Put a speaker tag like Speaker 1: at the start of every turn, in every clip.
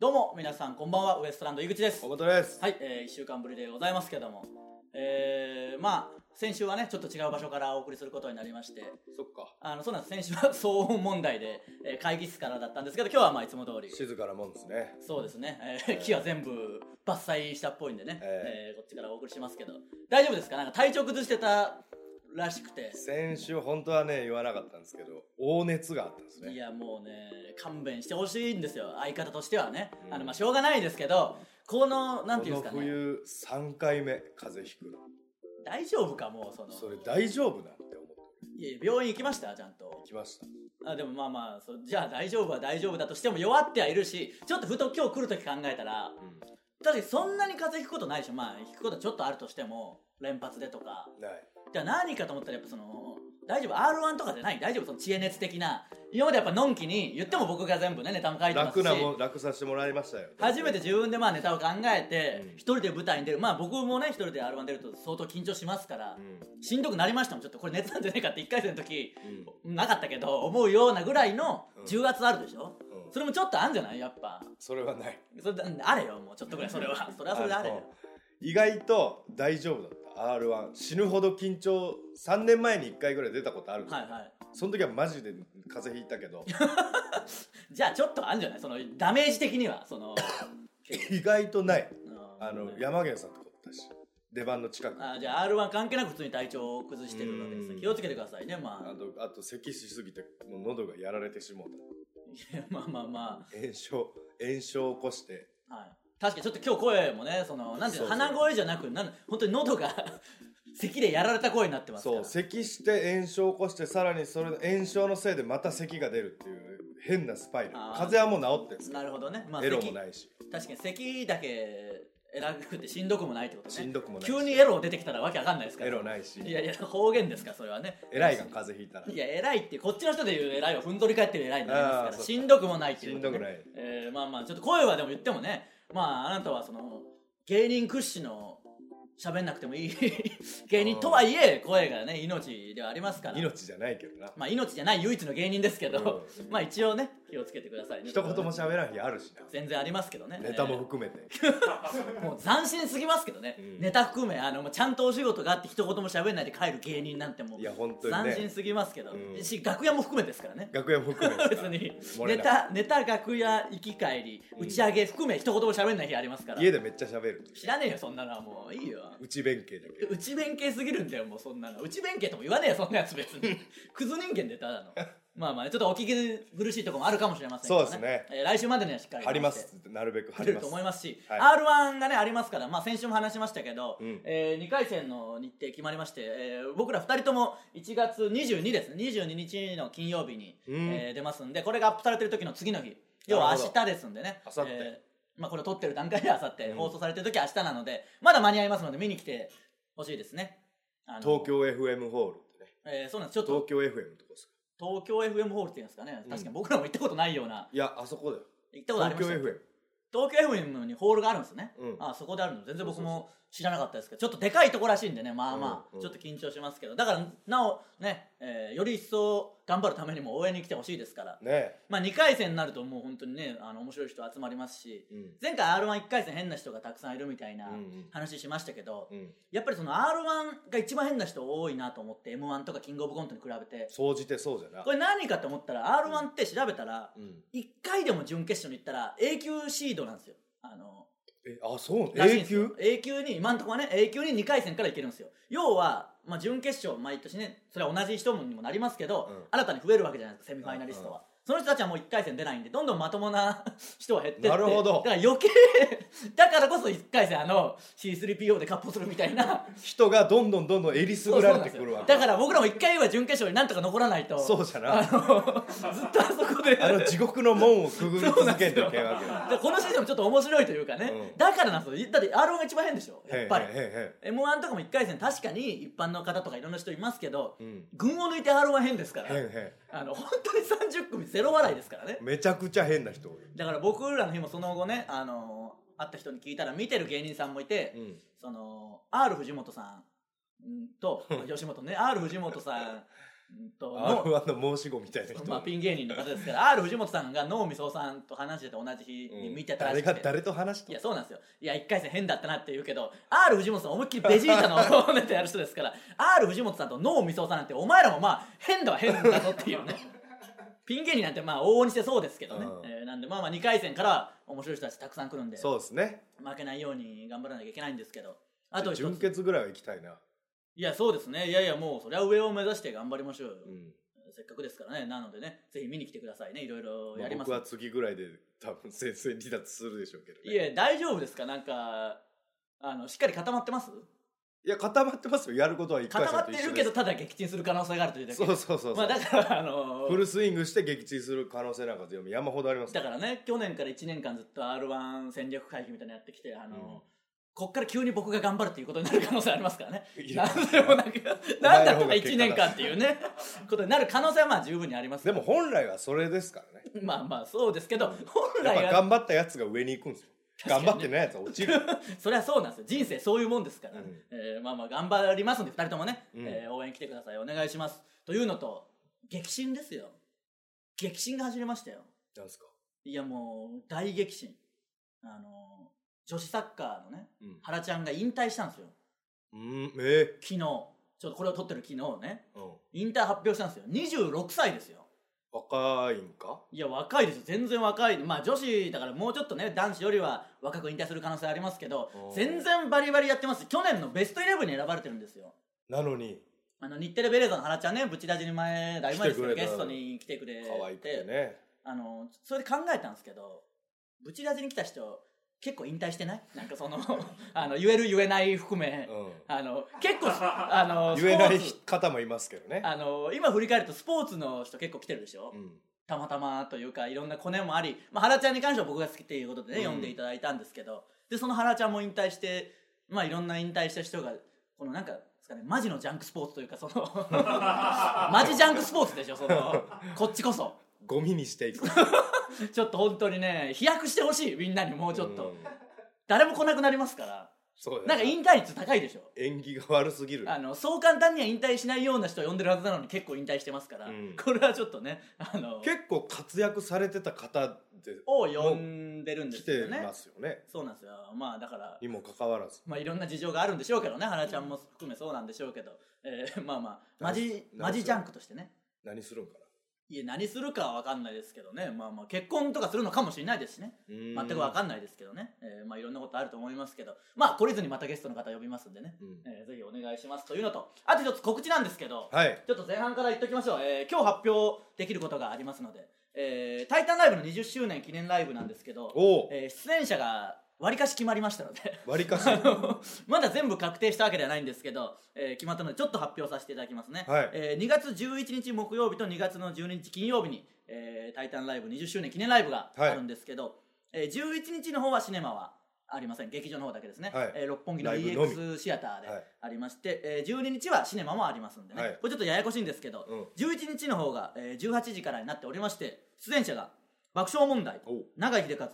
Speaker 1: どうも皆さんこんばんはウエストランド井口です
Speaker 2: 小本です。
Speaker 1: はい、え1週間ぶりでございますけどもえー、まあ先週はねちょっと違う場所からお送りすることになりまして
Speaker 2: そっか。
Speaker 1: あのそうなんです先週は騒音問題で、えー会議室からだったんですけど今日はまあいつも通り
Speaker 2: 静かなもんですね。
Speaker 1: そうですね、え
Speaker 2: え
Speaker 1: ー、
Speaker 2: ー
Speaker 1: 木は全部伐採したっぽいんでね、え
Speaker 2: え
Speaker 1: ーこっちからお送りしますけど大丈夫ですかなんか体調崩してたらしくて
Speaker 2: 先週本当はね言わなかったんですけど、大熱があったんです
Speaker 1: い
Speaker 2: ね。
Speaker 1: やもうね勘弁してほしいんですよ相方としてはね、
Speaker 2: うん
Speaker 1: あのまあしょうがないですけどこのなんていうん
Speaker 2: こ
Speaker 1: で
Speaker 2: の
Speaker 1: すかね
Speaker 2: 冬三回目風邪ひくの。
Speaker 1: 大丈夫かもうその
Speaker 2: それ大丈夫なんて思って
Speaker 1: いやいや病院行きましたちゃんと
Speaker 2: きました。
Speaker 1: あでもまあまあそうじゃあ大丈夫は大丈夫だとしても弱ってはいるしちょっとふと今日来る時考えたら確かにそんなに風邪ひくことないでしょまあひくことちょっとあるとしても連発でとか
Speaker 2: ない。
Speaker 1: じゃあ何かと思ったらやっぱその大丈夫 R1 とかじゃない大丈夫その知恵熱的な今までやっぱのんきに言っても僕が全部ねネタも書いてます
Speaker 2: 楽
Speaker 1: し
Speaker 2: なもん楽させてもらいましたよ。
Speaker 1: 初めて自分でまあネタを考えて
Speaker 2: うん
Speaker 1: 一人で舞台に出るまあ僕もね一人で R1 出ると相当緊張しますから
Speaker 2: うん。
Speaker 1: しんどくなりましたもんちょっとこれ熱なんじゃねえかって1回戦の時
Speaker 2: うん。
Speaker 1: なかったけど思うようなぐらいの重圧あるでしょ
Speaker 2: うん
Speaker 1: それもちょっとあんじゃないやっぱ
Speaker 2: それはない。
Speaker 1: それあれよもうちょっとぐらいそれはそれはそれであれよ
Speaker 2: の意外と大丈夫だった。R1 死ぬほど緊張3年前に1回ぐらい出たことあるんです
Speaker 1: は
Speaker 2: よ
Speaker 1: いはい
Speaker 2: その時はマジで風邪ひいたけど
Speaker 1: じゃあちょっとあんじゃないそのダメージ的にはその
Speaker 2: 意外とない
Speaker 1: うん
Speaker 2: あの
Speaker 1: ね
Speaker 2: 山源さんとかだし出番の近く
Speaker 1: あじゃあ R1 関係なく普通に体調を崩してるわけです
Speaker 2: うん
Speaker 1: 気をつけてくださいねま
Speaker 2: あ
Speaker 1: あ
Speaker 2: とあと咳しすぎてもう喉がやられてしもう
Speaker 1: いや まあまあま
Speaker 2: た炎症炎症を起こして
Speaker 1: あ、はい、確かにちょっと今日声もねそのなんていうの
Speaker 2: そうそう
Speaker 1: 鼻声じゃなくなん本当に喉が 咳でやられた声になってますから
Speaker 2: そう咳して炎症を起こしてさらにそれの炎症のせいでまた咳が出るっていう変なスパイラル
Speaker 1: あー
Speaker 2: 風邪はもう治ってるんです
Speaker 1: なるほどねまあ
Speaker 2: エ
Speaker 1: 咳
Speaker 2: ロも
Speaker 1: 確か
Speaker 2: ないし
Speaker 1: に咳だけ偉くてしんどくもないってことね
Speaker 2: しんどくもないし
Speaker 1: 急にエロ出てきたらわけわかんないですから
Speaker 2: エロないし
Speaker 1: いやいや方言ですからそれはね
Speaker 2: 偉いが風邪ひいたら
Speaker 1: いや偉いってこっちの人で言う偉いはふんぞり返ってる偉いになります
Speaker 2: あー
Speaker 1: か
Speaker 2: そ
Speaker 1: ら
Speaker 2: う
Speaker 1: しんどくもないって
Speaker 2: し
Speaker 1: いうんことね、
Speaker 2: どくない
Speaker 1: えーまあまあちょっと声はでも言ってもねまああなたはその芸人屈指の喋んなくてもいい 芸人とはいえ声がね命ではありますから
Speaker 2: 命じゃないけどな
Speaker 1: まあ命じゃない唯一の芸人ですけど、まあ一応ね気をつけてくださいね
Speaker 2: 一言も喋らん日あるしな
Speaker 1: 全然ありますけどね
Speaker 2: ネタも含めて
Speaker 1: えーもう斬新すぎますけどね、
Speaker 2: うん
Speaker 1: ネタ含めあのもうちゃんとお仕事があって一言も喋んないで帰る芸人なんてもう
Speaker 2: いや本当に
Speaker 1: 斬新
Speaker 2: ね
Speaker 1: すぎますけど、
Speaker 2: うん
Speaker 1: し楽屋も含めてですからね
Speaker 2: 楽屋も含めて
Speaker 1: 別
Speaker 2: さ
Speaker 1: に
Speaker 2: 漏れ
Speaker 1: ネ
Speaker 2: な
Speaker 1: タネタ楽屋行き帰り打ち上げ含め一言も喋んない日ありますから
Speaker 2: 家でめっちゃ喋る
Speaker 1: 知らねえよそんなのはもういいよ
Speaker 2: 内弁慶だけ
Speaker 1: 内弁慶すぎるんだよもうそんなの内弁慶とも言わねえよそんなやつ別 にクズ人間でただのまあまあちょっとお聞き苦しいところもあるかもしれませんけど、ね、
Speaker 2: そうです
Speaker 1: えー来週までにはしっかり
Speaker 2: 貼りますなるべく貼
Speaker 1: 貼
Speaker 2: り
Speaker 1: れ
Speaker 2: ま
Speaker 1: ると
Speaker 2: す
Speaker 1: 思いますし、
Speaker 2: はい
Speaker 1: r 1がねありますから、まあ、先週も話しましたけど、
Speaker 2: うん
Speaker 1: え2回戦の日程決まりまして、えー僕ら2人とも1月22ですね22日の金曜日に、
Speaker 2: うん
Speaker 1: えー出ますんでこれがアップされてる時の次の日要は
Speaker 2: なる
Speaker 1: 明
Speaker 2: ほど
Speaker 1: 日ですんでね
Speaker 2: 明後日
Speaker 1: えーまあ、これ撮ってる段階では明後日、
Speaker 2: うん
Speaker 1: 放送されてる時は明日なのでまだ間に合いますので見に来てほしいですねあの
Speaker 2: 東、京 FM ホールってね
Speaker 1: えーそうなんですちょっと
Speaker 2: 東京 FM のとこですか
Speaker 1: 東京 FM ホールっていうんですかね
Speaker 2: うん
Speaker 1: 確かに僕らも行ったことないようない
Speaker 2: やあそこだよ
Speaker 1: 行ったことあり
Speaker 2: 東
Speaker 1: まし
Speaker 2: 京
Speaker 1: た
Speaker 2: FM
Speaker 1: 東京 FM にホールがあるんですね、
Speaker 2: うん
Speaker 1: あそこであるの全然僕も知らなかったですけどちょっとでかいとこらしいんでねまあまあ、
Speaker 2: うんうん
Speaker 1: ちょっと緊張しますけどだからなおね、えーより一層頑張るためにも応援に来てほしいですから、
Speaker 2: ねえ
Speaker 1: まあ、2回戦になるともう本当にねあの面白い人集まりますし
Speaker 2: うん
Speaker 1: 前回 r 1 1回戦変な人がたくさんいるみたいな
Speaker 2: うんうん
Speaker 1: 話しましたけど、
Speaker 2: うん
Speaker 1: やっぱりその r 1が一番変な人多いなと思って m 1とかキングオブコントに比べて
Speaker 2: 総じてそうじゃな
Speaker 1: これ何かと思ったら r 1って調べたら
Speaker 2: うん
Speaker 1: 1回でも準決勝に行ったら永久シードなんですよあの
Speaker 2: えあそう
Speaker 1: らしいんで
Speaker 2: 永
Speaker 1: すよ
Speaker 2: 久
Speaker 1: A 級に今んとこはね A 級に2回戦からいけるんですよ要は、まあ、準決勝毎年ねそれは同じ人にもなりますけど、
Speaker 2: うん
Speaker 1: 新たに増えるわけじゃないですかセミファイナリストは、その人たちはもう1回戦出ないんでどんどんまともな 人は減ってって
Speaker 2: なるほど
Speaker 1: だから余計 だからこそ1回戦あの C3PO で割烹するみたいな
Speaker 2: 人がどんどんどんどんえりすぐられてくるわけ
Speaker 1: だから僕らも1回は準決勝になんとか残らないと
Speaker 2: そうじゃ
Speaker 1: あの
Speaker 2: な
Speaker 1: ずっとあそこで
Speaker 2: あの地獄の門をくぐり続けていけんわけよ
Speaker 1: だからこのシステムちょっと面白いというかね、
Speaker 2: うん
Speaker 1: だからなんですよだって R1 が一番変でしょやっぱり
Speaker 2: へえへえへ
Speaker 1: m 1とかも1回戦確かに一般の方とかいろんな人いますけど、
Speaker 2: えうん
Speaker 1: 群を抜いて r 1変ですから
Speaker 2: 変変
Speaker 1: あの本当に30組ゼロ笑いですからね
Speaker 2: めちゃくちゃ変な人多い
Speaker 1: だから僕らの日もその後ね、あのー会った人に聞いたら見てる芸人さんもいて、
Speaker 2: うん
Speaker 1: その R 藤本さんと吉本ね R 藤本さんうんとの
Speaker 2: R1 の申し子みたいな人、
Speaker 1: まあ、ピン芸人の方ですから R 藤本さんが能見総さんと話してて同じ日
Speaker 2: うん
Speaker 1: に見てたら
Speaker 2: 誰
Speaker 1: しく
Speaker 2: が
Speaker 1: て、
Speaker 2: 誰と話し
Speaker 1: い
Speaker 2: た
Speaker 1: やそうなんですよいや1回戦変だったなって言うけど R 藤本さん思いっきりベジータのネタやる人ですから R 藤本さんと能見総さんなんてお前らもまあ変だは変だぞっていう ねピン芸人なんてまあ往々にしてそうですけどね、
Speaker 2: うん
Speaker 1: えーなんでまあまあ2回戦からは面白い人たちたくさん来るんで負
Speaker 2: そうですね
Speaker 1: けないように頑張らなきゃいけないんですけどあ
Speaker 2: あ
Speaker 1: と
Speaker 2: と
Speaker 1: 一
Speaker 2: 準
Speaker 1: つ
Speaker 2: 決ぐらいは行きたいな、
Speaker 1: いやそうですねいやいやもうそれは上を目指して頑張りましょうよ、
Speaker 2: うん
Speaker 1: せっかくですからねなのでねぜひ見に来てくださいねいろいろ
Speaker 2: ま
Speaker 1: や
Speaker 2: あ
Speaker 1: りますん
Speaker 2: 僕
Speaker 1: で
Speaker 2: は次ぐらいで多分先生離脱するでしょうけど、ね、
Speaker 1: いや大丈夫ですかなんかあのしっかり固まってます
Speaker 2: いや固まってますよやることは一回
Speaker 1: 固ま
Speaker 2: 戦
Speaker 1: っ
Speaker 2: と
Speaker 1: て
Speaker 2: 一緒
Speaker 1: る
Speaker 2: で
Speaker 1: け
Speaker 2: す
Speaker 1: どただ撃沈する可能性があるというだけ
Speaker 2: そうそうそうそう、
Speaker 1: まあ、だからあの
Speaker 2: フルスイングして撃沈する可能性なんか山ほどあります
Speaker 1: だからね去年から1年間ずっと r 1戦略会議みたいなのやってきてあの、
Speaker 2: うん
Speaker 1: こっから急に僕が頑張るっていうことになる可能性ありますからね。
Speaker 2: いや
Speaker 1: なんでもなんか、なんだとか1年間っていうね、ことになる可能性はまあ十分にありますか
Speaker 2: で
Speaker 1: ら
Speaker 2: も本来はそれですからね
Speaker 1: まあまあそうですけど、本
Speaker 2: やっ
Speaker 1: 来
Speaker 2: ぱ
Speaker 1: は、
Speaker 2: 頑張ったやつが上に行くんですよ頑張ってないやつは落ちる
Speaker 1: それはそうなんですよ。人生そういうもんですから。
Speaker 2: うん
Speaker 1: えーまあまあ頑張りますんで、二人ともね、
Speaker 2: うん
Speaker 1: えー応援来てください。お願いします。というのと、激震ですよ。激震が始めましたよ。
Speaker 2: なんですか、
Speaker 1: いやもう、大激震。あのー、女子サッカーのね、
Speaker 2: うん
Speaker 1: 原ちゃんが引退したんですよ。
Speaker 2: うんえ
Speaker 1: 昨日。ちょっとこれを撮ってる昨日ね。
Speaker 2: ーうん、
Speaker 1: 引退発表したんですよ。26歳ですよ。
Speaker 2: 若いんか
Speaker 1: いや、若いですよ。全然若い。まあ、女子だからもうちょっとね、男子よりは若く引退する可能性ありますけど
Speaker 2: お、ー
Speaker 1: 全然バリバリやってます。去年のベストイレブンに選ばれてるんですよ。
Speaker 2: なのに
Speaker 1: あの、日テレベレーザの原ちゃんね、ブチラジに前、だいぶ前ですけど、
Speaker 2: 来てく
Speaker 1: ゲ
Speaker 2: れた
Speaker 1: ストに来てくれて、
Speaker 2: 可愛くてね
Speaker 1: あの、それで考えたんですけど、ブチラジに来た人、結構引退してないなんかそ の、あの、言える言えない含め、
Speaker 2: う
Speaker 1: あの、結構、あの、
Speaker 2: ん、言えない
Speaker 1: スポーツ
Speaker 2: 方もいますけどね、
Speaker 1: あの、今振り返るとスポーツの人結構来てるでしょ、
Speaker 2: うん、
Speaker 1: たまたまというかいろんなコネもあり、まあ、原ちゃんに関しては僕が好きっていうことでね、
Speaker 2: うん
Speaker 1: 読んでいただいたんですけどでその原ちゃんも引退して、まあ、いろんな引退した人がこのなんかですかねマジのジャンクスポーツというか そのマジジャンクスポーツでしょそのこっちこそ
Speaker 2: ゴミにしてい く
Speaker 1: ちょっと本当にね飛躍してほしいみんなにもうちょっと、
Speaker 2: うん
Speaker 1: 誰も来なくなりますから
Speaker 2: そ
Speaker 1: な
Speaker 2: うだ
Speaker 1: ん
Speaker 2: な
Speaker 1: か引退率高いでしょ
Speaker 2: 縁起が悪すぎる
Speaker 1: あのそう簡単には引退しないような人を呼んでるはずなのに結構引退してますから、
Speaker 2: うん
Speaker 1: これはちょっとねあの
Speaker 2: 結構活躍されてた方で
Speaker 1: を呼んでるんで
Speaker 2: 来
Speaker 1: すよ
Speaker 2: て
Speaker 1: ね
Speaker 2: ますよね
Speaker 1: そうなんですよまあだから
Speaker 2: にもかかわらず
Speaker 1: まあいろんな事情があるんでしょうけどね花ちゃんも含めそうなんでしょうけど、えーまあまあマジマ
Speaker 2: 何
Speaker 1: ジジャンクとしてね
Speaker 2: 何するんかない
Speaker 1: や何するかは分かんないですけどねまあまあ結婚とかするのかもしれないですしね
Speaker 2: 全
Speaker 1: 全く分かんないですけどね、えーまあいろんなことあると思いますけどまあ懲りずにまたゲストの方呼びますんでね、
Speaker 2: うん
Speaker 1: えーぜひお願いしますというのとあと一つ告知なんですけど
Speaker 2: はい
Speaker 1: ちょっと前半から言っておきましょう、えー今日発表できることがありますので「えータイタンライブ」の20周年記念ライブなんですけど、
Speaker 2: おお
Speaker 1: えー出演者が割りかし決まりましたので
Speaker 2: 割りかし
Speaker 1: あのまだ全部確定したわけではないんですけど、えー決まったのでちょっと発表させていただきますね、
Speaker 2: はい
Speaker 1: えー2月11日木曜日と2月の12日金曜日に「えータイタンライブ」20周年記念ライブがあるんですけど、えー11日の方はシネマはありません劇場の方だけですね、
Speaker 2: はい
Speaker 1: えー六本木の
Speaker 2: ライブのみ
Speaker 1: EX シアターで
Speaker 2: はい
Speaker 1: ありまして、えー12日はシネマもありますんでね、
Speaker 2: はい
Speaker 1: これちょっとややこしいんですけど、
Speaker 2: うん
Speaker 1: 11日の方が、えー18時からになっておりまして出演者が爆笑問題
Speaker 2: おう
Speaker 1: 永井秀和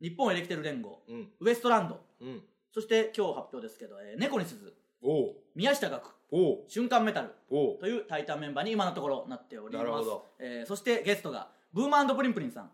Speaker 1: 日本エレキテル連合
Speaker 2: うん
Speaker 1: ウエストランド
Speaker 2: うん
Speaker 1: そして今日発表ですけど、えー猫に鈴、
Speaker 2: おう
Speaker 1: 宮下岳、
Speaker 2: おう
Speaker 1: 瞬間メタル
Speaker 2: おう
Speaker 1: というタイタンメンバーに今のところなっております。
Speaker 2: なるほど
Speaker 1: えーそしてゲストが、ブーマンプリンプリンさん、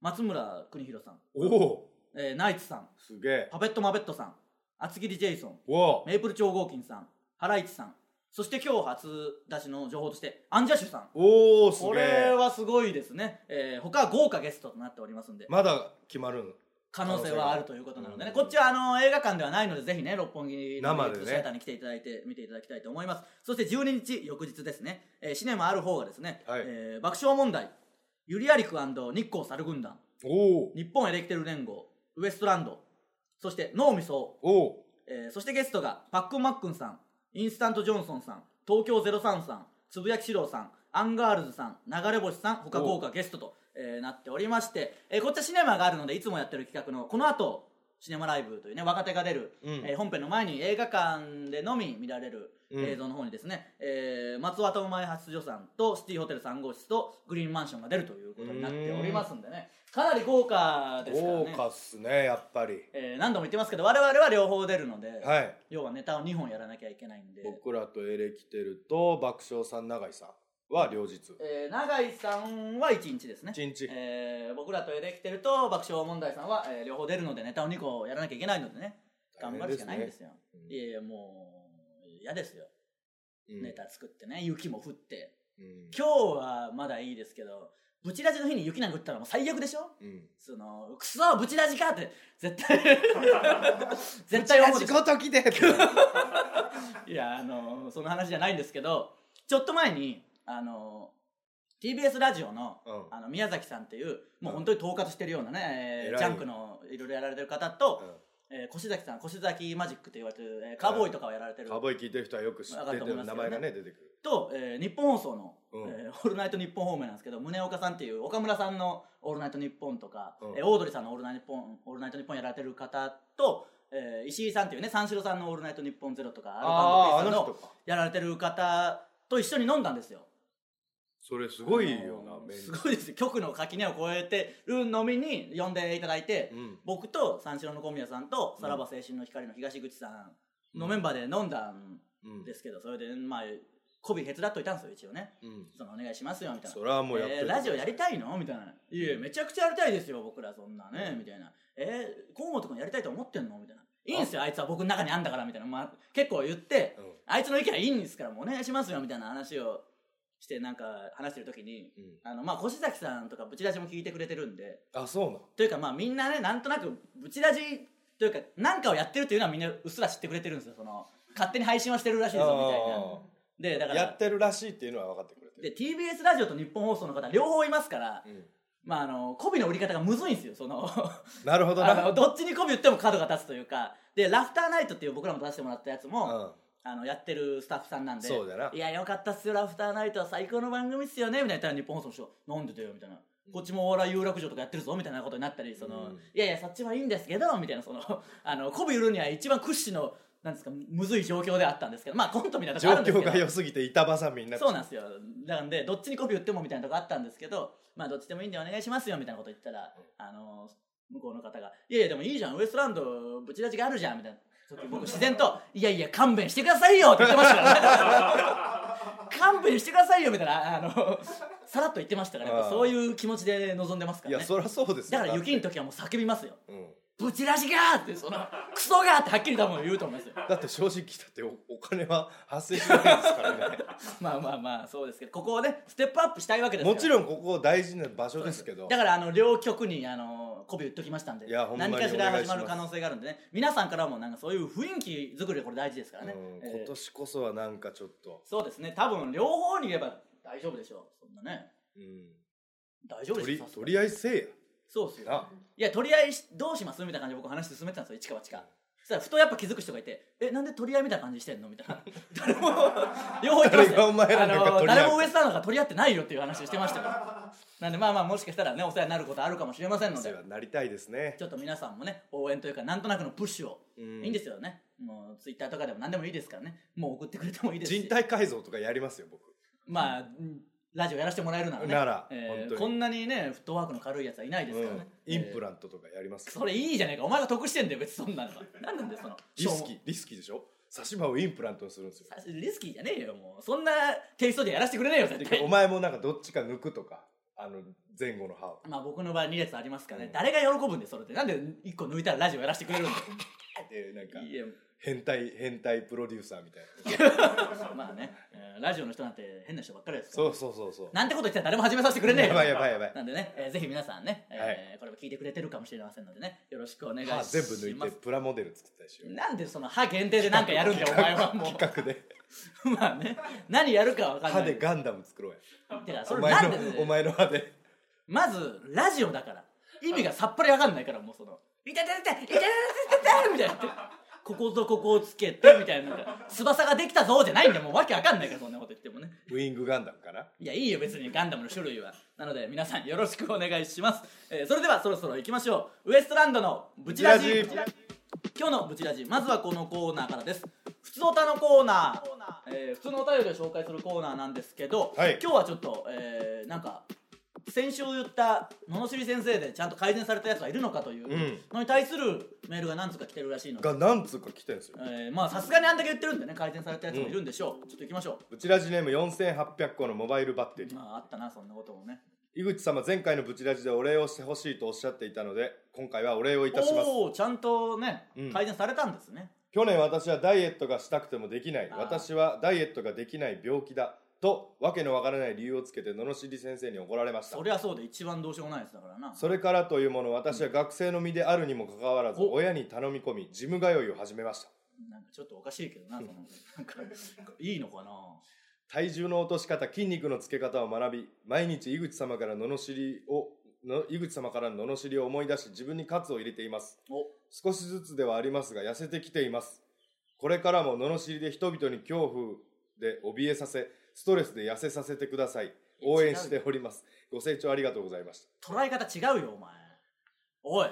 Speaker 1: 松村邦弘さん、
Speaker 2: おう
Speaker 1: えーナイツさん、
Speaker 2: すげえ
Speaker 1: パペットマペットさん、厚切りジェイソン、
Speaker 2: おう
Speaker 1: メイプル超合金さん、ハライチさん、そして今日初出しの情報として、アンジャッシュさん。
Speaker 2: おおす
Speaker 1: こ
Speaker 2: げ
Speaker 1: れ
Speaker 2: え
Speaker 1: はすごいですね。えー他は豪華ゲストとなっておりますんで。
Speaker 2: まだ決まるん
Speaker 1: 可能性はあるということなのでね、
Speaker 2: うん
Speaker 1: こっちはあの映画館ではないのでぜひね六本木の
Speaker 2: 生
Speaker 1: 美
Speaker 2: でね
Speaker 1: 術シアターに来ていただいて見ていただきたいと思いますそして12日翌日ですね、えーシネマある方がですね、
Speaker 2: はい
Speaker 1: えー爆笑問題ゆりやりく日光猿軍団
Speaker 2: おう
Speaker 1: 日本エレキテル連合ウエストランドそして脳みそ、
Speaker 2: おう
Speaker 1: えーそしてゲストがパックンマックンさんインスタントジョンソンさん東京03さんつぶやきしろうさんアンガールズさん流れ星さん他豪華ゲストと、えーなっておりまして、えーこっちはシネマがあるのでいつもやってる企画のこの後シネマライブというね若手が出る、
Speaker 2: うん
Speaker 1: えー本編の前に映画館でのみ見られる
Speaker 2: うん
Speaker 1: 映像の方にですね、えー松尾と前発所さんとシティホテル3号室とグリーンマンションが出るということになっておりますんでねかなり豪華ですから
Speaker 2: 豪
Speaker 1: ね
Speaker 2: 華っすねやっぱり
Speaker 1: えー何度も言ってますけど我々は両方出るので、
Speaker 2: はい
Speaker 1: 要はネタを2本やらなきゃいけないんで
Speaker 2: 僕らとエレキテルと爆笑さん永井さは両日
Speaker 1: えー、永井さんは1日ですね
Speaker 2: 1日
Speaker 1: えー僕らとエレキテルと爆笑問題さんは、えー両方出るのでネタを2個やらなきゃいけないのでね頑張るしかないんですよ
Speaker 2: 大変
Speaker 1: い
Speaker 2: ですね
Speaker 1: やいやもう嫌ですよ、
Speaker 2: うん
Speaker 1: ネタ作ってね雪も降って
Speaker 2: うん
Speaker 1: 今日はまだいいですけどブチラジの日に雪なんか降ったらもう最悪でしょ
Speaker 2: うん
Speaker 1: そのクソブチラジかって絶 対絶対思うで しょ
Speaker 2: 仕事来て
Speaker 1: いやあのその話じゃないんですけどちょっと前にあの TBS ラジオの
Speaker 2: うん
Speaker 1: あの宮崎さんっていうもう
Speaker 2: うん
Speaker 1: 本当に統括してるようなね、えー
Speaker 2: 偉い
Speaker 1: ジャンクのいろいろやられてる方と、えー越崎さん越崎マジックと言われてる、えーカーボーイとかをやられて
Speaker 2: う
Speaker 1: る
Speaker 2: んカーボーイ聞いてる人はよく知って
Speaker 1: わかると思い
Speaker 2: て
Speaker 1: ますけどね
Speaker 2: 名前がね出てくる
Speaker 1: と、えー日本放送の、
Speaker 2: うん
Speaker 1: えーオールナイトニッポン方面なんですけど宗岡さんっていう岡村さんの「オールナイトニッポン」とか、
Speaker 2: うん
Speaker 1: えーオードリーさんのオールナイトニッポン「オールナイトニッポン」やられてる方と、えー石井さんっていうね三四郎さんの「オールナイトニッポンゼロとかアル
Speaker 2: ああ
Speaker 1: バ
Speaker 2: あ
Speaker 1: ンドピースさん
Speaker 2: の人
Speaker 1: の
Speaker 2: か
Speaker 1: やられてる方と一緒に飲んだんですよ
Speaker 2: それすごいよ
Speaker 1: あ
Speaker 2: な
Speaker 1: の
Speaker 2: メン
Speaker 1: す
Speaker 2: バー
Speaker 1: ごいですよ局の垣根を越えてるのみに呼んでいただいて、
Speaker 2: うん
Speaker 1: 僕と三四郎の小宮さんとさらば青春の光の東口さんのメンバーで飲んだん
Speaker 2: うん
Speaker 1: ですけどそれでまあ媚び手伝っといたんですよ一応ね
Speaker 2: うん
Speaker 1: そのお願いしますよみたいな
Speaker 2: それはもうやって
Speaker 1: えー
Speaker 2: る
Speaker 1: ラジオやりたいのみたいな「いえめちゃくちゃやりたいですよ僕らそんなね
Speaker 2: う」ん
Speaker 1: みたいな「えー、河本君やりたいと思ってんの?」みたいな「いいんすよあいつは僕の中にあんだから」みたいな、まあ、結構言って
Speaker 2: うん
Speaker 1: 「あいつの意見はいいんですからもうお願いしますよ」みたいな話をしてなんか話してる時に
Speaker 2: うん
Speaker 1: あのまあ越崎さんとかブチラジも聞いてくれてるんで
Speaker 2: あそうな
Speaker 1: というかまあみんなねなんとなくブチラジというか何かをやってるというのはみんなうっすら知ってくれてるんですよその勝手に配信はしてるらしいですよ
Speaker 2: の
Speaker 1: みたいなでだか
Speaker 2: や
Speaker 1: ら
Speaker 2: ってるらしいっていうのは分かってくれ
Speaker 1: で
Speaker 2: てる
Speaker 1: TBS ラジオと日本放送の方両方いますから、
Speaker 2: うん
Speaker 1: まああの媚びの売り方がむずいんですよそ の
Speaker 2: なるほど
Speaker 1: あ
Speaker 2: な
Speaker 1: のどっちに媚び売っても角が立つというかでラフターナイトっていう僕らも出してもらったやつも、
Speaker 2: うん
Speaker 1: あのやってるスタッフさんなんで
Speaker 2: そうだない
Speaker 1: やよかったっすよラフターナイトは最高の番組っすよね」みたいな言ったら日本放送の人「なんでだよ」みたいな「こっちもお笑い有楽町とかやってるぞ」みたいなことになったりその、
Speaker 2: うん
Speaker 1: いやいやそっちはいいんですけど」みたいなその あの媚び売るには一番屈指のなんですかむずい状況であったんですけどまあコントみたいなとこ
Speaker 2: 状
Speaker 1: あるんですけ
Speaker 2: 況
Speaker 1: ど
Speaker 2: が良すぎて板挟みになっちゃ
Speaker 1: そうなんですよなんでどっちにコピー売ってもみたいなとこあったんですけどまあどっちでもいいんでお願いしますよみたいなこと言ったら、あの向こうの方が「いやいやでもいいじゃんウエストランドブチラジがあるじゃん」みたいな時僕自然と「いやいや勘弁してくださいよ」って言ってましたから、 ね、勘弁してくださいよみたいなあのさらっと言ってましたから、やっぱそういう気持ちで臨んでますか
Speaker 2: い
Speaker 1: ら
Speaker 2: や
Speaker 1: ね
Speaker 2: そりゃそうです
Speaker 1: だ
Speaker 2: よ
Speaker 1: から雪の時はもう叫びますよ
Speaker 2: うん
Speaker 1: 「ブチラジが!」ってその「クソが!」ってはっきり多分言うと思いますよ
Speaker 2: だって正直だっておお金は発生しないで すからね
Speaker 1: まあまあまあそうですけどここをねステップアップしたいわけですよ
Speaker 2: もちろんここ大事な場所ですけど
Speaker 1: だからあの両局にあの媚び売っときましたんで
Speaker 2: いやほんまに
Speaker 1: 何かしら
Speaker 2: お願い
Speaker 1: 始
Speaker 2: し
Speaker 1: ま
Speaker 2: ます
Speaker 1: る可能性があるんでね皆さんからもなんかそういう雰囲気作りがこれ大事ですからね、
Speaker 2: うん
Speaker 1: えー
Speaker 2: 今年こそはなんかちょっと、
Speaker 1: そうですね多分両方に言えば大丈夫でしょうそんなね
Speaker 2: うん
Speaker 1: 大丈夫
Speaker 2: と
Speaker 1: で
Speaker 2: り
Speaker 1: しょう
Speaker 2: とりあえずせ
Speaker 1: そうっす
Speaker 2: え
Speaker 1: よ
Speaker 2: や
Speaker 1: いやとりあえずどうしますみたいな感じで僕話進めてたんですよ一か八かそしたらふとやっぱ気づく人がいて「えなんで取り合いみたいな感じしてんの?」みたい な誰も両方言ってまし
Speaker 2: 誰
Speaker 1: た
Speaker 2: が
Speaker 1: よ
Speaker 2: お前ら
Speaker 1: あ
Speaker 2: なんか取
Speaker 1: の
Speaker 2: り合う
Speaker 1: 誰もウエスターなんか取り合ってないよっていう話してましたからなんでまあまあもしかしたらねお世話になることあるかもしれません
Speaker 2: な
Speaker 1: の
Speaker 2: お世
Speaker 1: で
Speaker 2: 話になりたいですね
Speaker 1: ちょっと皆さんもね応援というかなんとなくのプッシュを、
Speaker 2: うん
Speaker 1: いいんですよねもうツイッターとかでも何でもいいですからねもう送ってくれてもいいですし
Speaker 2: 人体改造とかやりますよ僕
Speaker 1: まあうんラジオやらせてもらえるならね
Speaker 2: なら
Speaker 1: えー
Speaker 2: 本当に
Speaker 1: こんなにねフットワークの軽いやつはいないですからね、
Speaker 2: うんインプ
Speaker 1: ラ、
Speaker 2: ラントとかやります
Speaker 1: えー
Speaker 2: よ
Speaker 1: それいいじゃねえかお前が得してんだよ別にそんなのは何なんだよその
Speaker 2: リス
Speaker 1: しょ
Speaker 2: キーリスキーでしょ差し歯をインプラントにするんですよ
Speaker 1: うもリスキーじゃねえよもうそんなテイストでやらせてくれねえよ絶
Speaker 2: でお
Speaker 1: 対
Speaker 2: 前もなんかどっちか抜くとかあの前後の歯を
Speaker 1: まあ僕の場合2列ありますからね、
Speaker 2: うん
Speaker 1: 誰が喜ぶんでそれってなんで1個抜いたらラジオやらせてくれるんだよ
Speaker 2: でなんか
Speaker 1: いや
Speaker 2: 変態変態プロデューサーみたいな
Speaker 1: まあね、えーラジオの人なんて変な人ばっかりですから
Speaker 2: そうそうそうそう
Speaker 1: なんてこと言ってたら誰も始めさせてくれねえ
Speaker 2: や
Speaker 1: よ
Speaker 2: ばいやばいやばい
Speaker 1: なんでね、えーぜひ皆さんね、えー
Speaker 2: は
Speaker 1: これも聞いてくれてるかもしれませんのでね、よろしくお願いしま
Speaker 2: 歯
Speaker 1: す。
Speaker 2: 全部抜いてプラモデル作ったりしよう
Speaker 1: なんでその歯限定でなんかやるんだよ、お前はも
Speaker 2: 企画で
Speaker 1: う。まあね、何やるかわかんな
Speaker 2: 歯
Speaker 1: い。
Speaker 2: でガンダム作ろうや
Speaker 1: てか、
Speaker 2: お
Speaker 1: それな
Speaker 2: 前
Speaker 1: んで
Speaker 2: の
Speaker 1: だ
Speaker 2: お
Speaker 1: よ、
Speaker 2: 前の歯で
Speaker 1: まず、ラジオだから。意味がさっぱりわかんないから、もうその、いたいたいたいたいたいたいたみたいな。こことここをつけて、みたいな。なんか翼ができたぞじゃないんだよ、もうわけわかんないから、そんなこと言ってもね。
Speaker 2: ウィングガンダムかない
Speaker 1: や、いいよ、別にガンダムの種類は。なので、皆さんよろしくお願いします。えーそれでは、そろそろ行きましょう。ウエストランドのブチラジ。
Speaker 2: ブチラジ
Speaker 1: 今日のブチラジ、まずはこのコーナーからです。普通の歌のコーナー。えー普通のお便りを紹介するコーナーなんですけど、
Speaker 2: はい
Speaker 1: 今日はちょっと、えーなんか、先週言った罵り先生でちゃんと改善されたやつはいるのかという
Speaker 2: うん
Speaker 1: のに対するメールが何つか来てるらしいので、
Speaker 2: が何つうか来てんすよ
Speaker 1: えーまあさすがにあんだけ言ってるんでね改善されたやつもいるんでしょう、ちょっと行きましょ
Speaker 2: ブチラジネーム4800個のモバイルバッテリ
Speaker 1: う
Speaker 2: ー
Speaker 1: まああったなそんなこともね
Speaker 2: 井口様前回のブチラジでお礼をしてほしいとおっしゃっていたので今回はお礼をいたします
Speaker 1: おおちゃんとね
Speaker 2: うん
Speaker 1: 改善されたんですね、
Speaker 2: 去年私はダイエットがしたくてもできない
Speaker 1: あー
Speaker 2: 私はダイエットができない病気だとわけのわからない理由をつけて罵り先生に怒られました
Speaker 1: そりゃそうで一番どうしようもないやつだからな
Speaker 2: それからというもの私は学生の身であるにもかかわらず
Speaker 1: お
Speaker 2: 親に頼み込みジム通いを始めました
Speaker 1: なんかちょっとおかしいけどなそのなんかいいのかな
Speaker 2: 体重の落とし方筋肉のつけ方を学び毎日井口様から罵りをの井口様からの罵りを思い出し自分に喝を入れています
Speaker 1: お
Speaker 2: 少しずつではありますが痩せてきていますこれからも罵りで人々に恐怖で怯えさせストレスで痩せさせてください応援しておりますご清聴ありがとうございました
Speaker 1: 捉え方違うよお前おい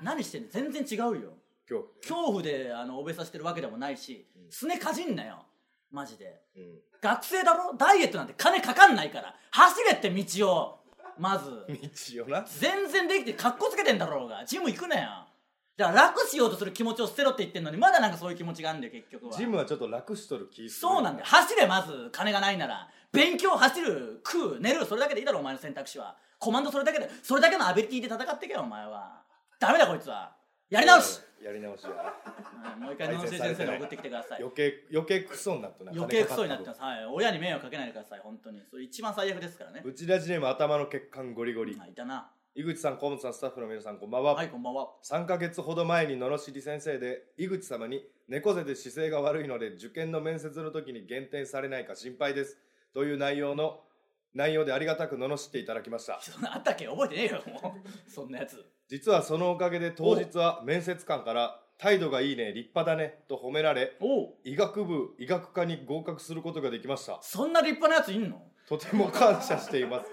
Speaker 1: 何してんの全然違うよ
Speaker 2: 恐怖
Speaker 1: 恐怖であの怯えさせてるわけでもないし
Speaker 2: うん
Speaker 1: すねかじんなよマジで
Speaker 2: うん
Speaker 1: 学生だろダイエットなんて金かかんないから走れって道をまず
Speaker 2: 道よな
Speaker 1: 全然できてかっこつけてんだろうがジム行くなよだから楽しようとする気持ちを捨てろって言ってんのにまだなんかそういう気持ちがあるんだよ結局は
Speaker 2: ジムはちょっと楽しとる気する
Speaker 1: そうなんだよ走れまず金がないなら勉強走る食う寝るそれだけでいいだろお前の選択肢はコマンドそれだけでそれだけのアビリティで戦ってけよお前はダメだこいつはやり直し、
Speaker 2: やり直しや
Speaker 1: はいもう一回野々先生に送ってきてください
Speaker 2: 余計余計クソになったな
Speaker 1: 余計クソになってますすはい親に迷惑かけないでください本当にそれ一番最悪ですからね
Speaker 2: うちラジネーム頭の血管ゴリゴリ、
Speaker 1: はいだな
Speaker 2: 井口さん河本さんスタッフの皆さんこんばんは、
Speaker 1: はいこんばんは
Speaker 2: 3ヶ月ほど前に罵り先生で井口様に猫背で姿勢が悪いので受験の面接の時に減点されないか心配ですという内容の内容でありがたく罵っていただきました
Speaker 1: そんなあったっけ覚えてねえよもうそんなやつ
Speaker 2: 実はそのおかげで当日は面接官から態度がいいね立派だねと褒められ
Speaker 1: おう
Speaker 2: 医学部医学科に合格することができました
Speaker 1: そんな立派なやついんの
Speaker 2: とても感謝しています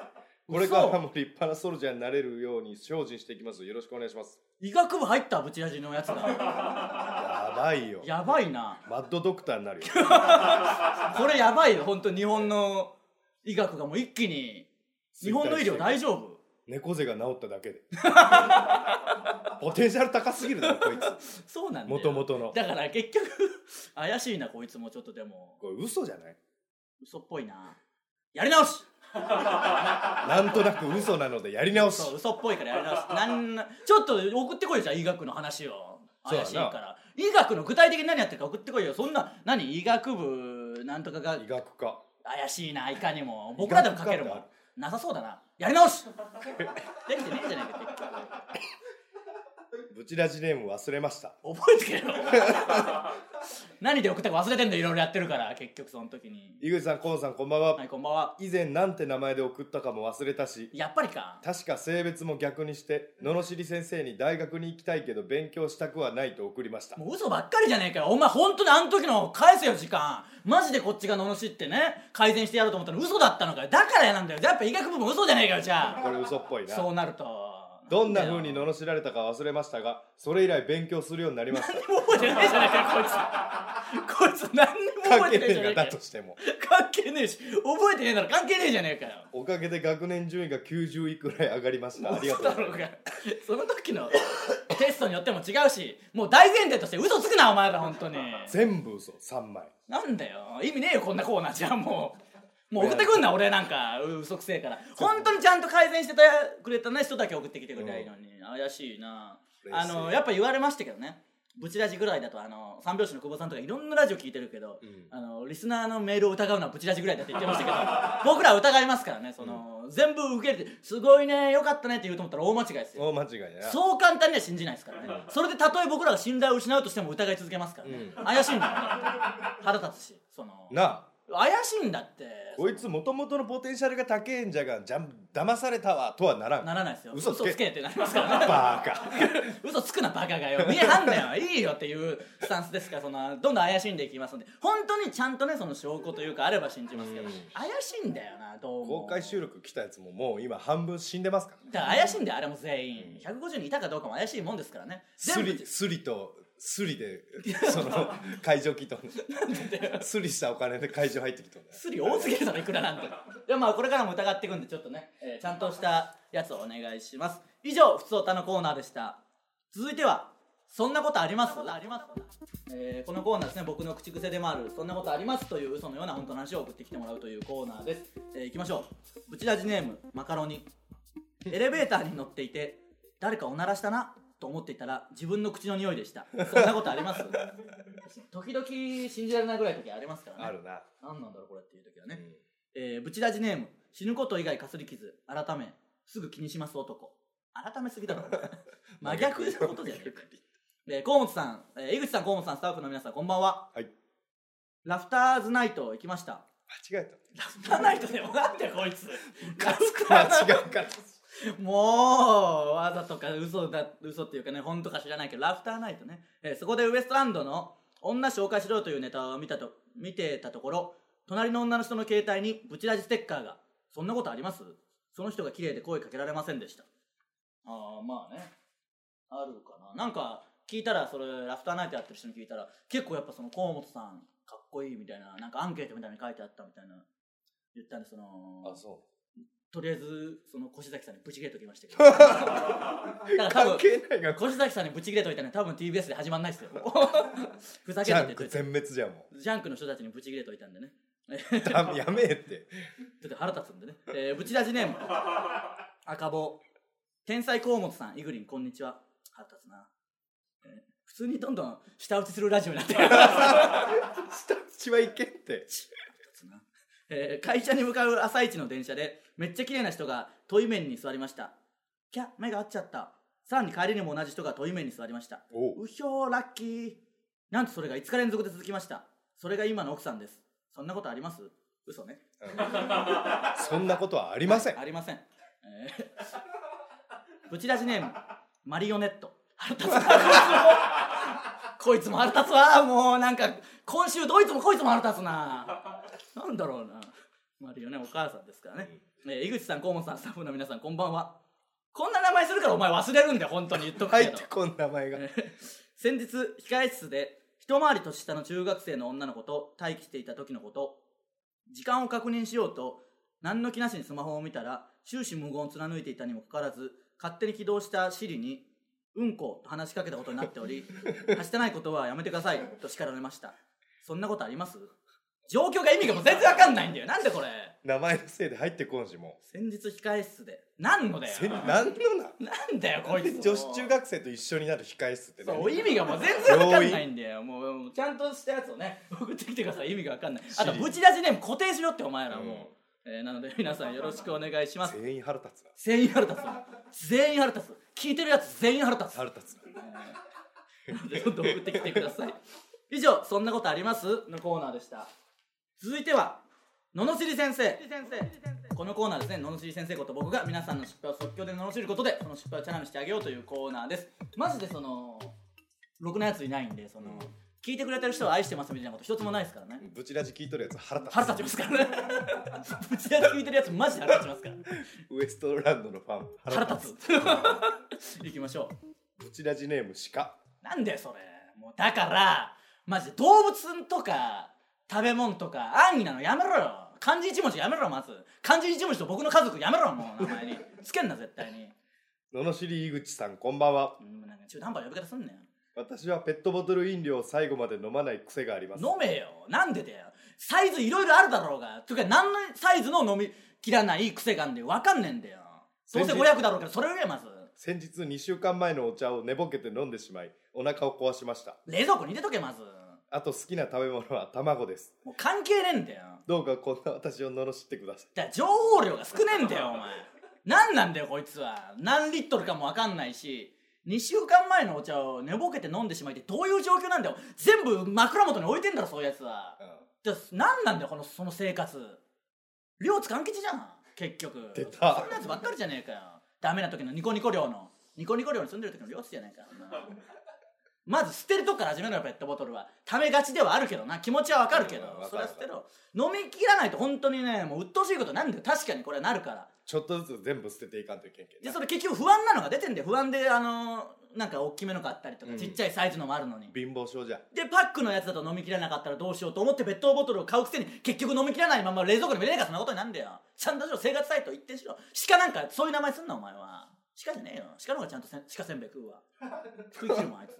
Speaker 2: これからも立派なソルジャーになれるように精進していきますよろしくお願いします
Speaker 1: 医学部入ったブチラジのやつが
Speaker 2: やばいよ
Speaker 1: やばいな
Speaker 2: マッドドクターになるよ
Speaker 1: これやばいよ本当日本の医学がもう一気に 日本の医療大丈夫
Speaker 2: 猫背が治っただけで ポテンシャル高すぎるだろこいつ
Speaker 1: そうなんだよ
Speaker 2: 元々の
Speaker 1: だから結局怪しいなこいつもちょっとでも
Speaker 2: これ嘘じゃない
Speaker 1: 嘘っぽいなやり直し
Speaker 2: なんとなく嘘なのでやり直し
Speaker 1: そう嘘っぽいからやり直しなんなちょっと送ってこいよじゃあ医学の話を
Speaker 2: そうや
Speaker 1: 怪
Speaker 2: な
Speaker 1: しいから医学の具体的に何やってるか送ってこいよそんな何医学部なんとかが
Speaker 2: 医学科
Speaker 1: 怪しいないかに も僕らでも書けるもんなさそうだなやり直しできてねえじゃねえか結 局
Speaker 2: ブチラジネーム忘れました
Speaker 1: 覚えてけよ何で送ったか忘れてんだよいろいろやってるから結局その時に
Speaker 2: 井口さん河野さんこんばんは、
Speaker 1: はいこんばんは
Speaker 2: 以前なんて名前で送ったかも忘れたし
Speaker 1: やっぱりか
Speaker 2: 確か性別も逆にして罵り先生に大学に行きたいけど勉強したくはないと送りました
Speaker 1: もう嘘ばっかりじゃねえかよお前本当にあの時の返せよ時間マジでこっちが罵ってね改善してやろうと思ったの嘘だったのかよだから嫌なんだよやっぱ医学部も嘘じゃねえかよじゃあ
Speaker 2: これ嘘っぽいな
Speaker 1: そうなると
Speaker 2: どんな風
Speaker 1: だ
Speaker 2: に
Speaker 1: よ
Speaker 2: 罵られたか忘れましたがそれ以来勉強するようになりました
Speaker 1: 何も覚えてないじゃねえかよこいつこいつ何にも
Speaker 2: 関
Speaker 1: 覚えて
Speaker 2: 係
Speaker 1: ないじゃねえ
Speaker 2: ねえ
Speaker 1: か
Speaker 2: が
Speaker 1: よ
Speaker 2: だとしても
Speaker 1: 関係ねえし覚えてねえなら関係ねえじゃねえかよ
Speaker 2: おかげで学年順位が90位くらい上がりましたありが
Speaker 1: 嘘
Speaker 2: とうご
Speaker 1: だ
Speaker 2: ざい
Speaker 1: ろう
Speaker 2: ます
Speaker 1: がその時のテストによっても違うしもう大前提として嘘つくなお前ら本当に
Speaker 2: 全部嘘3枚
Speaker 1: なんだよ意味ねえよこんなコーナーじゃあも うもう送ってくんな俺なんかう嘘くせえから本当にちゃんと改善してたくれたね人だけ送ってきてくれたらいいのに、怪しいな
Speaker 2: 冷静
Speaker 1: あのやっぱ言われましたけどねブチラジぐらいだとあの三拍子の久保さんとかいろんなラジオ聞いてるけど、
Speaker 2: ん
Speaker 1: あのリスナーのメールを疑うのはブチラジぐらいだって言ってましたけど 僕らは疑いますからねその、全部受け入れてすごいねよかったねって言うと思ったら大間違いですよ
Speaker 2: 大間違いだな
Speaker 1: そう簡単には信じないですからね それでたとえ僕らが信頼を失うとしても疑い続けますからね、怪しいんだよ腹立つしその
Speaker 2: なあ
Speaker 1: 怪しいんだって
Speaker 2: こいつもともとのポテンシャルが高えんじゃがじゃん騙されたわとはならん
Speaker 1: ならないですよ
Speaker 2: 嘘つけ
Speaker 1: つけってなりますからね
Speaker 2: バーカ
Speaker 1: 嘘つくなバカがよ見えはんだよいいよっていうスタンスですからそのどんどん怪しんでいきますんで本当にちゃんとねその証拠というかあれば信じますけど、
Speaker 2: うん
Speaker 1: 怪しいんだよなどうも
Speaker 2: 公開収録来たやつももう今半分死んでますからね
Speaker 1: だから怪しいんだよあれも全員150人いたかどうかも怪しいもんですからね
Speaker 2: ス
Speaker 1: 全部
Speaker 2: リスリとスリで、その、 会場来とんねんスリしたお金で会場入ってきとんねん
Speaker 1: スリ多すぎるだろ いくらなんてでもまあこれからも疑っていくんでちょっとね、えーちゃんとしたやつをお願いします以上ふつおたのコーナーでした続いてはそんなことありますえーこのコーナーですね僕の口癖でもあるそんなことありますという嘘のような本当の話を送ってきてもらうというコーナーです、えー、いきましょうブチラジネームマカロニエレベーターに乗っていて誰かおならしたなと思っていたら自分の口の匂いでしたそんなことあります 時々信じられないぐらいの時ありますからね
Speaker 2: あるな。
Speaker 1: 何なんだろうこれっていう時は
Speaker 2: う
Speaker 1: ね、
Speaker 2: ん
Speaker 1: えー、ブチラジネーム死ぬこと以外かすり傷改めすぐ気にします男改めすぎ だろ真逆のことじゃねえかえー河本さん、えー、井口さん河本さんスタッフの皆さんこんばんは
Speaker 2: はい
Speaker 1: ラフターズナイト行きました
Speaker 2: 間違え
Speaker 1: ラフターナイトでもなんでこいつ
Speaker 2: た。間違うから。
Speaker 1: もうわざとか嘘だ嘘っていうかね本当か知らないけどラフターナイトね、えーそこでウエストランドの女紹介しろというネタを見たと見てたところ隣の女の人の携帯にブチラジステッカーが「そんなことあります?」その人が綺麗で声かけられませんでしたああまあねあるかななんか聞いたらそれラフターナイトやってる人に聞いたら結構やっぱその河本さんかっこいいみたいななんかアンケートみたいに書いてあったみたいな言ったんでその
Speaker 2: あ、そ
Speaker 1: とりあえずその越崎さんにブチ切れときましたけ ど
Speaker 2: う。
Speaker 1: だから多
Speaker 2: 関
Speaker 1: 分
Speaker 2: 係ないが、
Speaker 1: 越崎さんにブチ切れといたら多分 TBS で始まんないっすよ ふざ
Speaker 2: ジ
Speaker 1: けんなっ
Speaker 2: ャ
Speaker 1: て言っ
Speaker 2: ンク
Speaker 1: とい
Speaker 2: 全滅じゃん、も
Speaker 1: てジャンクの人たちにブチ切れといたんでね
Speaker 2: う。ダメやめえって。
Speaker 1: ちょっと腹立つんでね、えー、ブチラジ ネーム赤棒天才河本さんイグリンこんにちは腹立つな、えー普通にどんどん舌打ちするラジオになってる
Speaker 2: 下口はいけんって。
Speaker 1: 立つな えー会社に向かう朝一の電車でめっちゃ綺麗な人がトイ面に座りましたキャ目が合っちゃったさらに帰りにも同じ人がトイ面に座りました
Speaker 2: おう。
Speaker 1: うひょーラッキーなんとそれが5日連続で続きましたそれが今の奥さんですそんなことあります嘘ね
Speaker 2: そんなことはありません。
Speaker 1: ありません、えーブチラジネームマリオネット腹立つなこいつもこいつも腹立つわもうなんか今週どいつもこいつも腹立つななんだろうなマリオねお母さんですからね、えー井口さん河本さんスタッフの皆さんこんばんはこんな名前するからお前忘れるんだよ本当に言っとく
Speaker 2: 入
Speaker 1: け
Speaker 2: っ
Speaker 1: ど
Speaker 2: てこん名前が。
Speaker 1: 先日控室で一回り年下の中学生の女の子と待機していた時のこと時間を確認しようと何の気なしにスマホを見たら終始無言を貫いていたにもかかわらず勝手に起動した Siri に「うんこ」と話しかけたことになってお り「はしたないことはやめてください」と叱られましたそんなことあります状況が意味がもう全然わかんないんだよなんでこれ
Speaker 2: 名前のせいで入ってこんし、も
Speaker 1: 先日控室で何のだ
Speaker 2: う。
Speaker 1: よ
Speaker 2: せんなんのな。
Speaker 1: なんだよこいつ
Speaker 2: 女子中学生と一緒になる控え室って
Speaker 1: そう
Speaker 2: 何
Speaker 1: 意味がもう全然わかんないんだよもうもうちゃんとしたやつをね 送ってきてください意味がわかんないあと
Speaker 2: シリ
Speaker 1: ぶち出しね固定しろってお前らもう、えーなので皆さんよろしくお願いします
Speaker 2: 全員腹立つな。
Speaker 1: 全員腹立つ全員腹立つ聞いてるやつ全員腹立つ
Speaker 2: 腹立つな。
Speaker 1: なのでどんどん送ってきてください以上「そんなことあります?」のコーナーでした続いては「ののしり先生」このコーナーですね「ののしり先生」こと僕が皆さんの失敗を即興で罵ることでその失敗をチャラにしてあげようというコーナーですマジでそのろくなやついないんでその、聞いてくれてる人を愛してますみたいなこと一つもないですからね
Speaker 2: ブチラジ聞いとるやつ腹立つ。
Speaker 1: 腹立ちますからね ぶち当て聞いてるやつマジで腹立ちますから
Speaker 2: ウエストランドのファン
Speaker 1: 腹立つ いきましょう
Speaker 2: ブチラジネーム鹿
Speaker 1: なんだよそれもうだからマジで動物とか食べ物とか安易なのやめろよ漢字一文字やめろまず漢字一文字と僕の家族やめろもう名前につけんな絶対に
Speaker 2: ののしり井口さんこんばんは
Speaker 1: うんなんか中途半端な呼び方すんねん
Speaker 2: 私はペットボトル飲料を最後まで飲まない癖があります
Speaker 1: 飲めよなんでだよサイズいろいろあるだろうがというか何のサイズの飲み切らない癖があんで分かんねえんだよどうせ
Speaker 2: 全然
Speaker 1: 500だろうからそれよりはまず
Speaker 2: 先日2週間前のお茶を寝ぼけて飲んでしまいお腹を壊しました
Speaker 1: 冷蔵庫に入れとけまず
Speaker 2: あと好きな食べ物は卵です
Speaker 1: もう関係ねえんだよ
Speaker 2: どうかこんな私を罵ってくださ、
Speaker 1: だから情報量が少ねえんだよお前何なんだよこいつは何リットルかも分かんないし2週間前のお茶を寝ぼけて飲んでしまいってどういう状況なんだよ全部枕元に置いてんだろそういうやつはいだ何なんだよこのその生活両津勘吉じゃん結局
Speaker 2: 出た
Speaker 1: そんなやつばっかりじゃねえかよダメな時のニコニコ寮のニコニコ寮に住んでる時の両津じゃねえかそんなの まず捨てるとこから始めろよペットボトルはためがちではあるけどな気持ちはわかるけど
Speaker 2: うんわかる
Speaker 1: それは捨てろ飲み切らないと本当にねもう鬱陶しいことなんだよ確かにこれはなるから
Speaker 2: ちょっとずつ全部捨てていかんといけんけん
Speaker 1: で
Speaker 2: な
Speaker 1: それ結局不安なのが出てんで不安であのーなんか大きめの買ったりとか、
Speaker 2: うん
Speaker 1: ちっちゃいサイズのもあるのに
Speaker 2: 貧乏症じゃ
Speaker 1: でパックのやつだと飲み切らなかったらどうしようと思ってペットボトルを買うくせに結局飲み切らないまま冷蔵庫に入れねえからそんなことになんだよちゃんとしろ生活サイト一定しろ鹿なんかそういう名前すんなお前は鹿じゃねえよ鹿の方がちゃんとせん鹿せんべい食うわ食い切るもんあいつ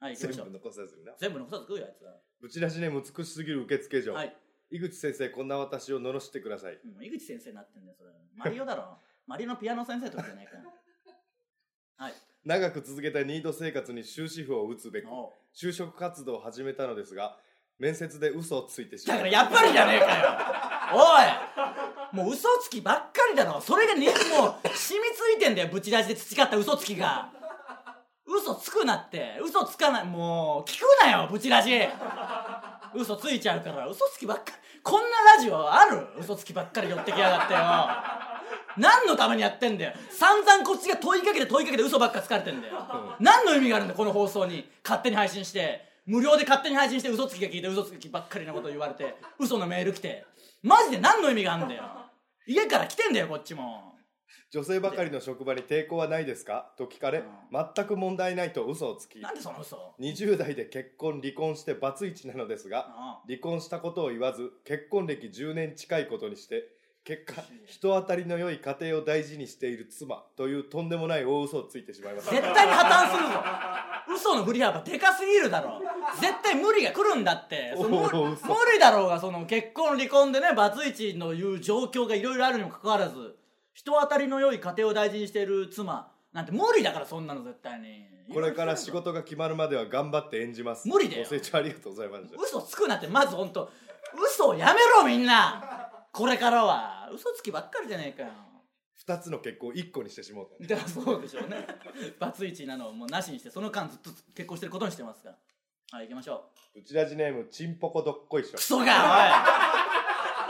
Speaker 1: はい行き
Speaker 2: 全
Speaker 1: ましょ
Speaker 2: 部
Speaker 1: う
Speaker 2: 残さずにな
Speaker 1: 全部残さず食うよあいつは
Speaker 2: ぶち出しネーム美しすぎる受付嬢、
Speaker 1: はい、
Speaker 2: 井口先生こんな私を罵ってください
Speaker 1: うん、井口先生になってんだよそれマリオだろマリオのピアノ先生とかじゃないかはい
Speaker 2: 長く続けたニート生活に終止符を打つ べく
Speaker 1: おう
Speaker 2: 就職活動を始めたのですが面接で嘘をついてしま
Speaker 1: だ
Speaker 2: い
Speaker 1: か
Speaker 2: ま
Speaker 1: らや
Speaker 2: し
Speaker 1: っぱりじゃねえかよおいもう嘘つきばっかりだろそれがねもう染みついてんだよぶち出しで培った嘘つきが嘘つくなって嘘つかないもう聞くなよぶち出し嘘ついちゃうから嘘つきばっかりこんなラジオある嘘つきばっかり寄ってきやがってよ何のためにやってんだよ散々こっちが問いかけて問いかけて嘘ばっかつかれてんだよ、何の意味があるんだよこの放送に勝手に配信して無料で勝手に配信して嘘つきが聞いて嘘つきばっかりなこと言われて嘘のメール来てマジで何の意味があるんだよ家から来てんだよこっちも
Speaker 2: 女性ばかりの職場に抵抗はないですかと聞かれ、全く問題ないと嘘をつき
Speaker 1: なんでその嘘
Speaker 2: 20代で結婚離婚してバツイチなのですが
Speaker 1: ああ
Speaker 2: 離婚したことを言わず結婚歴10年近いことにして結果人当たりの良い家庭を大事にしている妻というとんでもない大嘘をついてしまいました
Speaker 1: 絶対に破綻するぞ嘘の振り幅でかすぎるだろ絶対無理が来るんだってその無
Speaker 2: おー
Speaker 1: 無
Speaker 2: 嘘
Speaker 1: 理だろうがその結婚離婚でねバツイチのいう状況がいろいろあるにもかかわらず人当たりの良い家庭を大事にしている妻なんて無理だからそんなの絶対に
Speaker 2: これから仕事が決まるまでは頑張って演じます
Speaker 1: 無理だよ
Speaker 2: ご清聴ありがとうございました
Speaker 1: 嘘つくなってまず本当嘘をやめろみんなこれからは嘘つきばっかりじゃねえかよ
Speaker 2: 2つの結婚を1個にしてしまうた
Speaker 1: だからそうでしょうねバツイチなのをもうなしにしてその間ずっと結婚してることにしてますからはい行きましょう
Speaker 2: うちラジネームちんぽこどっこいしょ
Speaker 1: クソが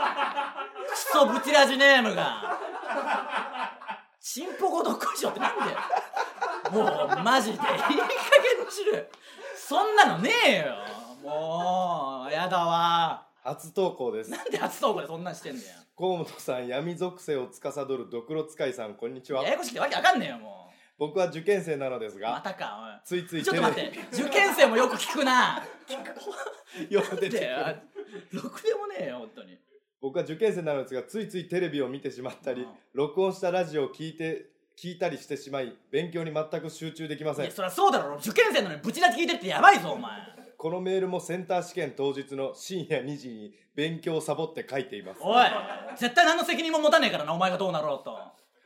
Speaker 1: おいクソブチラジネームがチンポコどっこいしょってなんでもうマジでいい加減にしろよそんなのねえよもうやだわ
Speaker 2: 初投稿です
Speaker 1: なんで初投稿でそんなんしてんだよ
Speaker 2: 河本さん闇属性を司るドクロ使いさんこんにちは
Speaker 1: ややこしくてわけわかんねえよも
Speaker 2: 僕は受験生なのです
Speaker 1: うま
Speaker 2: が
Speaker 1: たか
Speaker 2: ついつ
Speaker 1: おい
Speaker 2: い
Speaker 1: ちょっと待って受験生もよく聞くな
Speaker 2: ビよく 出
Speaker 1: で
Speaker 2: てくる
Speaker 1: ろくでもねえよ本当に
Speaker 2: 僕は受験生なのですがついついテレビを見てしまった
Speaker 1: う
Speaker 2: り
Speaker 1: ん
Speaker 2: 録音したラジオを聞いて聞いたりしてしまい勉強に全く集中できませ
Speaker 1: い
Speaker 2: ん
Speaker 1: やそりゃそうだろ受験生なのにブチラジ聞いてるってやばいぞお前
Speaker 2: このメールもセンター試験当日の深夜2時に勉強をサボって書いています
Speaker 1: おい絶対何の責任も持たねえからなお前がどうなろうと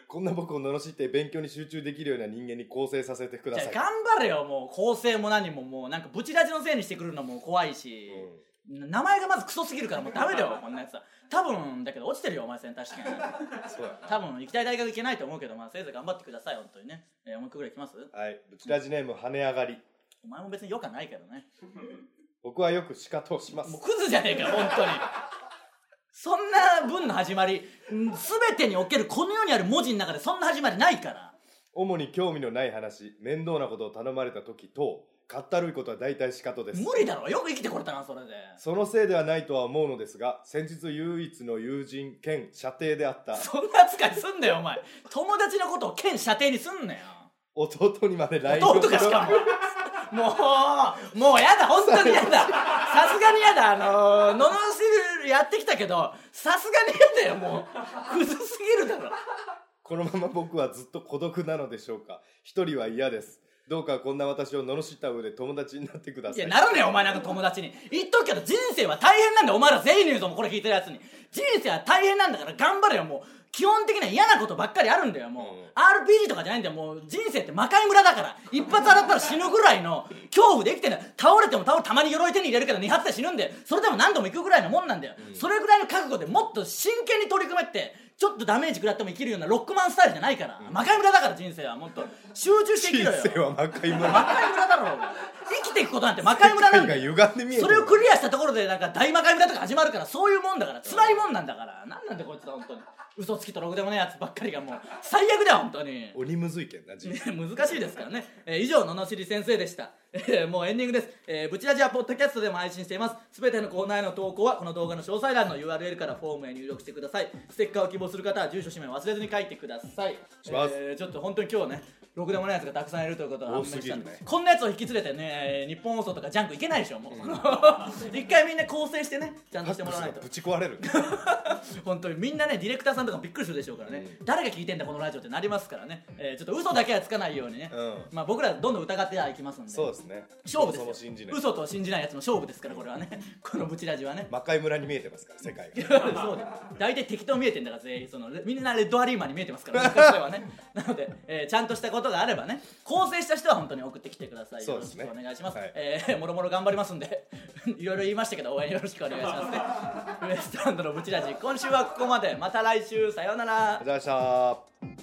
Speaker 2: こんな僕を罵って勉強に集中できるような人間に構成させてくだ
Speaker 1: じゃあ
Speaker 2: さい
Speaker 1: 頑張れよもう構成も何ももうなんかブチラジのせいにしてくるのも怖いし、な名前がまずクソすぎるからもうダメだよこんなやつは多分だけど落ちてるよお前センター試験
Speaker 2: そうや
Speaker 1: 多分行きたい大学行けないと思うけどまあせいぜい頑張ってください本当にね、えー、もう一個ぐらい行きます
Speaker 2: はいブチラジネーム跳ね上がり
Speaker 1: お前も別によくはないけどね
Speaker 2: 僕はよく仕方をします
Speaker 1: もうクズじゃねえか本当にそんな文の始まりうん全てにおけるこの世にある文字の中でそんな始まりないから
Speaker 2: 主に興味のない話面倒なことを頼まれた時等かったるいことは大体仕方です
Speaker 1: 無理だろよく生きてこれたなそれで
Speaker 2: そのせいではないとは思うのですが先日唯一の友人兼射程であった
Speaker 1: そんな扱いすんだよお前友達のことを兼射程にすんなよ
Speaker 2: 弟にまで LINE
Speaker 1: 弟がしかももうもうやだ本当にやださすがにやだあのー、ののしるやってきたけどさすがにやだよもうクズすぎるだろ
Speaker 2: このまま僕はずっと孤独なのでしょうか一人は嫌ですどうかこんな私を罵った上で友達になってくだ
Speaker 1: い
Speaker 2: さい
Speaker 1: やならねえよお前なんか友達に言っとくけど人生は大変なんだよお前ら全員に言うぞもうこれ聞いてるやつに人生は大変なんだから頑張れよもう基本的には嫌なことばっかりあるんだよもう、
Speaker 2: うん
Speaker 1: RPG とかじゃないんだよもう人生って魔界村だ から一発当たったら死ぬぐらいの恐怖で生きてんだよ倒れても倒れたまに鎧手に入れるけど二発で死ぬんだよそれでも何度も行くぐらいのもんなんだよ、それぐらいの覚悟でもっと真剣に取り組めってちょっとダメージ食らっても生きるようなロックマンスタイルじゃないから、魔界村だから人生はもっと集中して生き
Speaker 2: 人
Speaker 1: ろよ
Speaker 2: 生は魔界
Speaker 1: 魔
Speaker 2: 村
Speaker 1: 界村だろうが生ききていくことなんて魔界村なんだよ
Speaker 2: 世界が歪んで見えて
Speaker 1: そ
Speaker 2: る
Speaker 1: れをクリアしたところでなんか大魔界村とか始まるからそういうもんだから辛いもんなんだからなんなんだこいつは本当に嘘つきとろくでもねえやつばっかりがもう最悪だよ本当に
Speaker 2: 鬼むずいけんな人生
Speaker 1: ね 難しいですからね、えー以上ののしり先生でした、 えーもうエンディングです、えー、ブチラジはポッドキャストでも配信していますすべてのコーナーへの投稿はこの動画の詳細欄の URL からフォームへ入力してくださいステッカーを希望する方は住所氏名を忘れずに書いてください
Speaker 2: します
Speaker 1: えーちょっと本当に今日ねろくでもないやつがたくさんいるということが判明したんで
Speaker 2: 多すぎるね
Speaker 1: こんなやつを引き連れてねえー日本放送とかジャンクいけないでしょもう、 一回みんな構成してねちゃん
Speaker 2: フ
Speaker 1: として
Speaker 2: ァッ
Speaker 1: もら
Speaker 2: クス
Speaker 1: わな
Speaker 2: が
Speaker 1: いと
Speaker 2: ぶち壊れる
Speaker 1: 本当にみんなねディレクターさんとかもびっくりするでしょうからね、誰が聞いてんだこのラジオってなりますからね、えーちょっと嘘だけはつかないようにね、
Speaker 2: う
Speaker 1: まあ僕らどんどん疑ってはいきますんで
Speaker 2: そうですね
Speaker 1: 勝負で
Speaker 2: そ
Speaker 1: すよ
Speaker 2: もそも信じない
Speaker 1: 嘘と信じないやつの勝負ですからこれはね このブチラジはね
Speaker 2: 魔界村に見えてますから世 界が
Speaker 1: そうだよ大体適当見えてんだから全員そのみんなレッドアリーマンに見えてます から昔はねなので、えーちゃんとしたことがあればね構成した人は本当に送ってきてください
Speaker 2: そうですね
Speaker 1: よろしくお願いします、
Speaker 2: はい
Speaker 1: えーも ろもろ頑張りますんで いろいろ言いましたけど応援よろしくお願いしますねウエストランドのブチラジ今週はここまでまた来週さようなら
Speaker 2: ありがとうございました